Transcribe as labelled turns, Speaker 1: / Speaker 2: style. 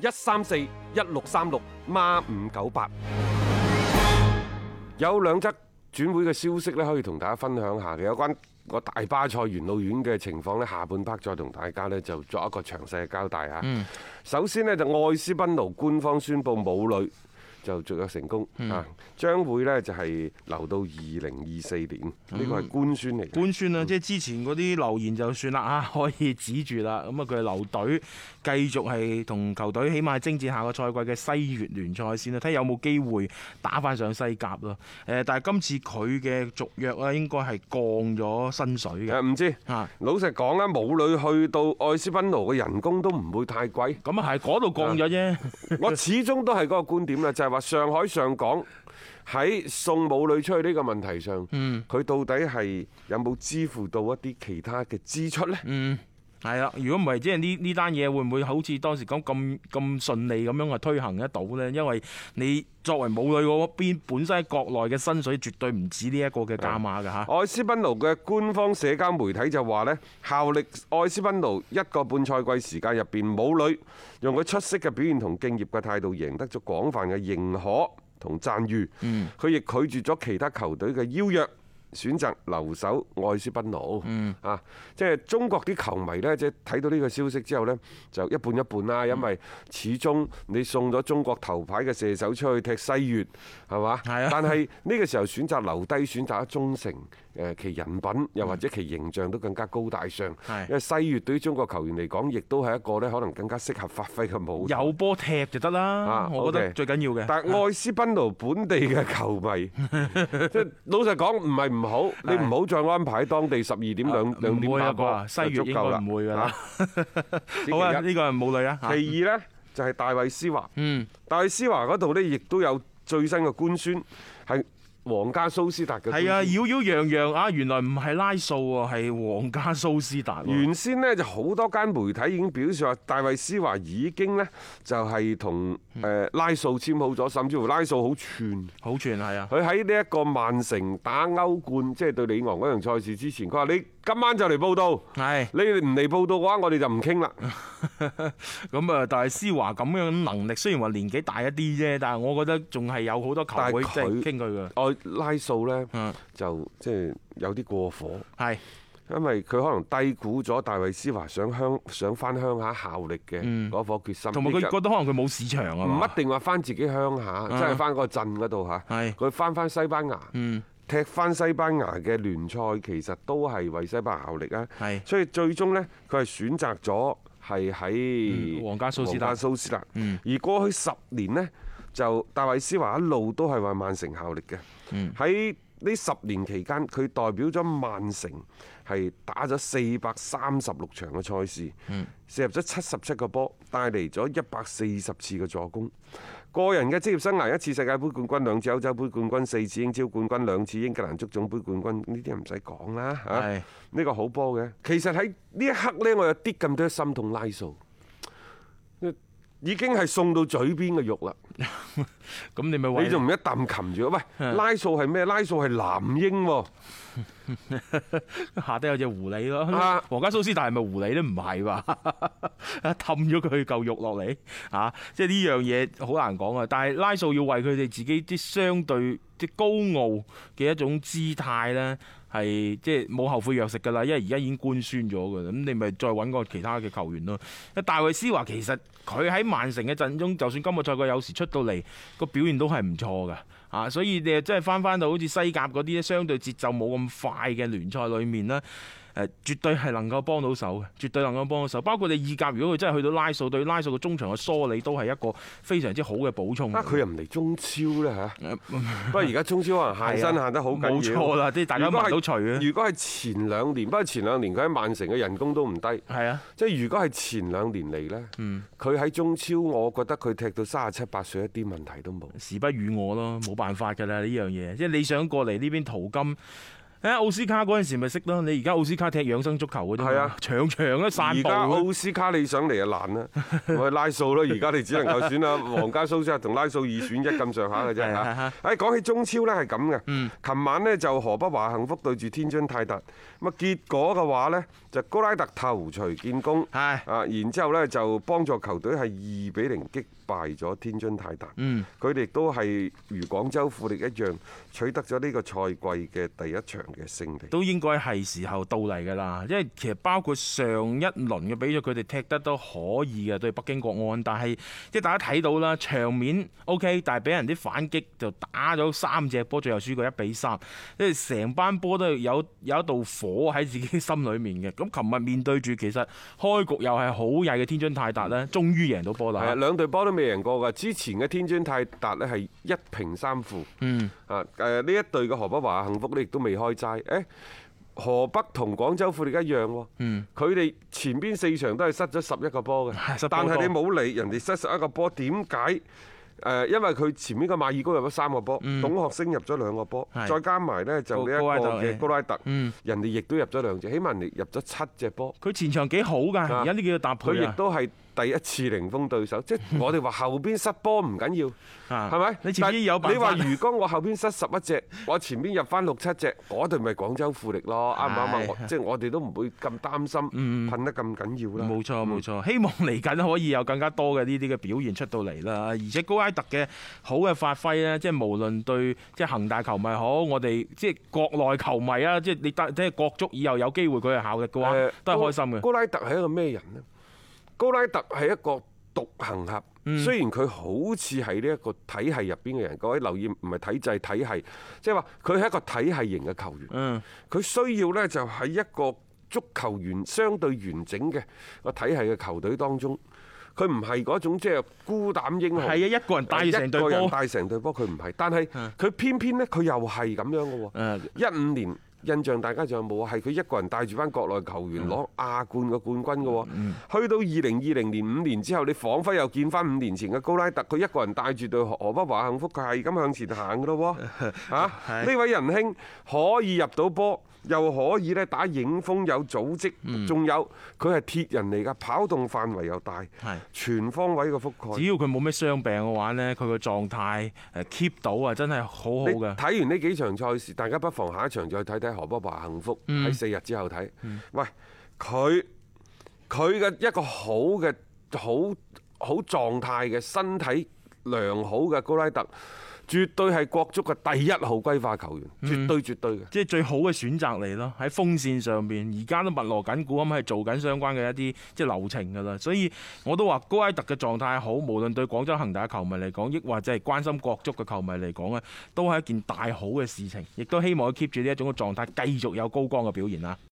Speaker 1: 一三四一六三六孖五九八。有兩則轉會嘅消息咧，可以同大家分享下嘅，有關個大巴塞元老院嘅情況咧，下半 part 再同大家咧就作一個詳細嘅交代啊嚇。首先呢，就愛斯賓奴官方宣布母女。就續約成功啊！將會呢就係留到二零二四年，呢個係官宣嚟嘅。
Speaker 2: 官宣啦，即係之前嗰啲留言就算啦嚇，可以指住啦。咁啊，佢係留隊，繼續係同球隊，起碼係征戰下個賽季嘅西乙聯賽先啦，睇下有冇機會打翻上西甲咯。誒，但係今次佢嘅續約咧，應該係降咗薪水嘅
Speaker 1: 啊誒唔知
Speaker 2: 嚇。
Speaker 1: 老實講啦，母女去到愛斯賓奴嘅人工都唔會太貴。
Speaker 2: 咁啊係嗰度降咗啫，
Speaker 1: 我始終都係嗰個觀點啊啦，就係話上海上港喺送母女出去呢個問題上，佢到底係有冇支付到一啲其他嘅支出呢？
Speaker 2: 係啦。如果唔係，即係呢呢單嘢會唔會好似當時講咁咁順利咁樣啊推行得到呢？因為你作為母女嗰邊本身喺國內嘅薪水絕對唔止呢一個嘅價碼㗎嚇。
Speaker 1: 愛斯賓奴嘅官方社交媒體就話呢，效力愛斯賓奴一個半賽季時間入邊，母女用佢出色嘅表現同敬業嘅態度，贏得咗廣泛嘅認可同讚譽。佢亦拒絕咗其他球隊嘅邀約。選擇留守愛斯賓奴，
Speaker 2: 嗯
Speaker 1: 啊，即係中國啲球迷呢，即係睇到呢個消息之後呢，就一半一半
Speaker 2: 嗯
Speaker 1: 啦，因為始終你送咗中國頭牌嘅射手出去踢西乙，係嘛？
Speaker 2: 係啊
Speaker 1: 但係呢個時候選擇留低，選擇忠誠，誒其人品又或者其形象都更加高大上。
Speaker 2: 嗯係
Speaker 1: 因為西乙對於中國球員嚟講，亦都係一個呢可能更加適合發揮嘅舞台。
Speaker 2: 有波踢就得啦
Speaker 1: 啊，
Speaker 2: 我覺得
Speaker 1: OK
Speaker 2: 最緊要嘅。
Speaker 1: 但係愛斯賓奴本地嘅球迷， 即係老實講唔係唔好，你唔好再安排當地十二點兩兩點
Speaker 2: 啊唔會
Speaker 1: 打
Speaker 2: 啦
Speaker 1: 波，
Speaker 2: 啩，西
Speaker 1: 就
Speaker 2: 乙
Speaker 1: 足
Speaker 2: 應
Speaker 1: 夠
Speaker 2: 該
Speaker 1: 啦。
Speaker 2: 唔會㗎啦
Speaker 1: 啊。
Speaker 2: 好啊，
Speaker 1: 星期一
Speaker 2: 呢個係冇女啊。嚇
Speaker 1: 其二呢，就係大衛斯華，
Speaker 2: 嗯，
Speaker 1: 大衛斯華嗰度呢，亦都有最新嘅官宣，係皇家蘇斯達嘅官
Speaker 2: 係啊，
Speaker 1: 宣。
Speaker 2: 擾擾攘攘啊，原來唔係拉素喎，係皇家蘇斯達喎。
Speaker 1: 原先呢，就好多間媒體已經表示話，大衛斯華已經呢，就係同
Speaker 2: 嗯
Speaker 1: 誒拉素簽好咗，甚至乎拉素好串。
Speaker 2: 好傳係啊，
Speaker 1: 佢喺呢一個曼城打歐冠，即係對里昂嗰場賽事之前，佢話你今晚就嚟報道，
Speaker 2: 係
Speaker 1: 你唔嚟報道嘅話，我哋就唔傾啦。
Speaker 2: 嗯咁啊，但係施華咁樣能力，雖然話年紀大一啲啫，但係我覺得仲係有好多球會即
Speaker 1: 但係
Speaker 2: 係
Speaker 1: 佢
Speaker 2: 傾佢㗎。
Speaker 1: 我哦拉素呢，
Speaker 2: 嗯，
Speaker 1: 就即係有啲過火，
Speaker 2: 係
Speaker 1: 因為佢可能低估咗大衛斯華想鄉想翻鄉下效力嘅嗰顆決心，
Speaker 2: 嗯同埋佢
Speaker 1: 亦就
Speaker 2: 覺得可能佢冇市場啊
Speaker 1: 唔
Speaker 2: 嘛。啊
Speaker 1: 一定話翻自己鄉下，即係翻個鎮嗰度嚇。
Speaker 2: 係
Speaker 1: 佢翻翻西班牙，
Speaker 2: 嗯
Speaker 1: 踢翻西班牙嘅聯賽，其實都係為西班牙效力啊。
Speaker 2: 係
Speaker 1: 所以最終呢，佢係選擇咗係喺
Speaker 2: 嗯皇家蘇斯達
Speaker 1: 皇家蘇斯達
Speaker 2: 嗯
Speaker 1: 而過去十年呢，就戴維斯華一路都係為曼城效力嘅。
Speaker 2: 嗯
Speaker 1: 喺呢十年期間，佢代表咗曼城係打咗四百三十六場嘅賽事，
Speaker 2: 嗯
Speaker 1: 射入咗七十七個波，帶嚟咗一百四十次嘅助攻。個人嘅職業生涯一次世界盃冠軍，兩次歐洲杯冠軍，四次英超冠軍，兩次英格蘭足總杯冠軍，呢啲唔使講啦嚇。
Speaker 2: 係
Speaker 1: 呢個好波嘅。其實喺呢一刻呢，我有啲咁多心痛拉數，已經係送到嘴邊嘅肉啦。
Speaker 2: 咁你咪
Speaker 1: 你
Speaker 2: 為
Speaker 1: 仲唔一啖擒住？喂，拉數係咩？拉數係男英喎。
Speaker 2: 下低有隻狐狸咯
Speaker 1: 啊，
Speaker 2: 皇家蘇斯達係咪狐狸都唔係吧？ 氹咗佢嚿肉落嚟啊！即係呢樣嘢好難講啊！但係拉素要為佢哋自己啲相對即係高傲嘅一種姿態咧，係即係冇後悔藥食㗎啦，因為而家已經官宣咗㗎啦。咁你咪再揾個其他嘅球員咯。大衛斯華其實佢喺曼城嘅陣中，就算今個賽季有時出到嚟個表現都係唔錯㗎。啊，所以你真係翻翻到好似西甲嗰啲相對節奏冇咁快嘅聯賽裏面啦。誒、誒絕對係能夠幫到手嘅，絕對能夠幫到手。包括你意甲，如果佢真係去到拉素，對拉素嘅中場嘅梳理都係一個非常之好嘅補充嚟
Speaker 1: 啊，
Speaker 2: 嘅。
Speaker 1: 佢又唔嚟中超咧嚇。不過而家中超可能限 薪限得好緊要。
Speaker 2: 嗯啊冇錯啦，即係大家
Speaker 1: 如果係
Speaker 2: 聞到除嘅，
Speaker 1: 如果係前兩年，不過前兩年佢喺曼城嘅人工都唔低。
Speaker 2: 係啊，
Speaker 1: 即係如果係前兩年嚟呢，
Speaker 2: 嗯
Speaker 1: 佢喺、中超，我覺得佢踢到三十七八歲一啲問題都冇。
Speaker 2: 時不與我咯，冇辦法㗎啦呢樣嘢。即係你想過嚟呢邊淘金，誒奧斯卡嗰陣時咪識咯。你而家奧斯卡踢養生足球嘅啫嘛，
Speaker 1: 係啊
Speaker 2: 長長一散
Speaker 1: 而
Speaker 2: 步
Speaker 1: 家
Speaker 2: 嘅。
Speaker 1: 奧斯卡你想嚟就難 啦，我係拉數咯。而家你只能夠選啦，皇家蘇斯克同拉數二選一咁上下嘅啫
Speaker 2: 係啊嗯
Speaker 1: 嚇。誒講起中超呢係咁嘅，琴晚呢就河北華幸福對住天津泰達，咁啊結果嘅話呢，就高拉特頭槌建功，
Speaker 2: 係
Speaker 1: 啊然之後呢就幫助球隊係二比零擊敗咗天津泰達。
Speaker 2: 嗯，
Speaker 1: 佢哋都係如廣州富力一樣取得咗呢個賽季嘅第一場嘅勝利。
Speaker 2: 都應該係時候到嚟㗎啦，因為其實包括上一輪嘅比賽，佢哋踢得都可以嘅對北京國安，但係即係大家睇到啦，場面 OK，但係俾人啲反擊就打咗三隻波，最後輸過一比三，即係成班波都有有一道火喺自己心裏面嘅。咁琴日面對住其實開局又係好曳嘅天津泰達呢，終於贏到波
Speaker 1: 係啊，
Speaker 2: 啦。
Speaker 1: 兩隊波都未贏過㗎。之前嘅天津泰達呢係一平三負。
Speaker 2: 嗯，
Speaker 1: 啊誒呢一隊嘅河北華幸福呢亦都未開齋。誒河北同廣州富力一樣喎。
Speaker 2: 嗯
Speaker 1: 佢哋前邊四場都係失咗十一個波
Speaker 2: 係
Speaker 1: 嘅
Speaker 2: 失，
Speaker 1: 但係
Speaker 2: 波多
Speaker 1: 你冇理人哋失十一個波，點解？誒，因為佢前面嘅馬爾高入咗三個波，董學升入咗兩個波，
Speaker 2: 嗯係
Speaker 1: 再加埋呢就呢一
Speaker 2: 高
Speaker 1: 個
Speaker 2: 拉特
Speaker 1: 嘅
Speaker 2: 誒
Speaker 1: 高拉特，
Speaker 2: 嗯
Speaker 1: 人哋亦都入咗兩隻，起碼人哋入咗七隻波。
Speaker 2: 佢前場幾好㗎，而家呢幾個搭
Speaker 1: 佢
Speaker 2: 配
Speaker 1: 亦
Speaker 2: 啊，
Speaker 1: 都係第一次零封對手， 即係我哋話後邊失波唔緊要，
Speaker 2: 啊
Speaker 1: 係咪？
Speaker 2: 你前邊有
Speaker 1: 但
Speaker 2: 辦
Speaker 1: 你
Speaker 2: 法
Speaker 1: 話如果我後邊失十一隻，我前邊入翻六七隻，嗰隊咪廣州富力咯，啱唔啱啊
Speaker 2: 係
Speaker 1: 我？即係我哋都唔會咁擔心，噴得咁緊要啦。嗯
Speaker 2: 嗯冇錯冇錯，希望嚟緊可以有更加多嘅呢啲嘅表現出到嚟啦。而且高埃特嘅好嘅發揮呢，即係無論對即係恒大球迷好，我哋即係國內球迷啊，即係你得即係國足以後有機會佢係效力嘅話
Speaker 1: 誒，
Speaker 2: 都係開心
Speaker 1: 高
Speaker 2: 嘅。
Speaker 1: 高拉特係一個咩人呢？高拉特係一個獨行俠。
Speaker 2: 嗯
Speaker 1: 雖然佢好似係呢一個體系入邊嘅人，各位留意唔係體制體系，即係話佢係一個體系型嘅球員。
Speaker 2: 嗯，
Speaker 1: 佢需要呢，就喺一個足球員相對完整嘅個體系嘅球隊當中，佢唔係嗰種即係孤膽英雄。
Speaker 2: 係啊，一個人帶住成隊
Speaker 1: 一個人
Speaker 2: 波。嗯
Speaker 1: 帶成隊波，佢唔係，但係佢偏偏呢，佢又係咁樣嘅喎。
Speaker 2: 誒，
Speaker 1: 一五年印象大家仲有冇啊？係佢一個人帶住班國內球員攞亞冠嘅冠軍嘅喎。去到二零二零年五年之後，你彷彿又見翻五年前嘅高拉特，佢一個人帶住對河河北華幸福，佢係咁向前行嘅咯喎。嚇，
Speaker 2: 係
Speaker 1: 呢位仁兄可以入到波。又可以咧打影鋒有組織，仲有佢係鐵人嚟㗎，跑動範圍又大
Speaker 2: 係，
Speaker 1: 全方位嘅覆蓋
Speaker 2: 只。要佢冇咩傷病嘅話呢，佢個狀態誒 keep 到啊，真係好好
Speaker 1: 你
Speaker 2: 嘅。
Speaker 1: 睇完呢幾場賽事，大家不妨下一場再睇睇河北華幸福
Speaker 2: 嗯
Speaker 1: 喺四日之後睇。喂，佢佢嘅一個好嘅好好狀態嘅身體良好嘅高拉特，絕對係國足嘅第一號歸化球員，
Speaker 2: 嗯
Speaker 1: 絕對絕對嘅。
Speaker 2: 即係最好嘅選擇嚟咯，喺風扇上邊，而家都密鑼緊鼓咁係做緊相關嘅一啲即係流程㗎啦，所以我都話高埃特嘅狀態好，無論對廣州恒大嘅球迷嚟講，亦或者係關心國足嘅球迷嚟講咧，啊都係一件大好嘅事情，亦都希望佢 keep 住呢一種嘅狀態，繼續有高光嘅表現啦。啊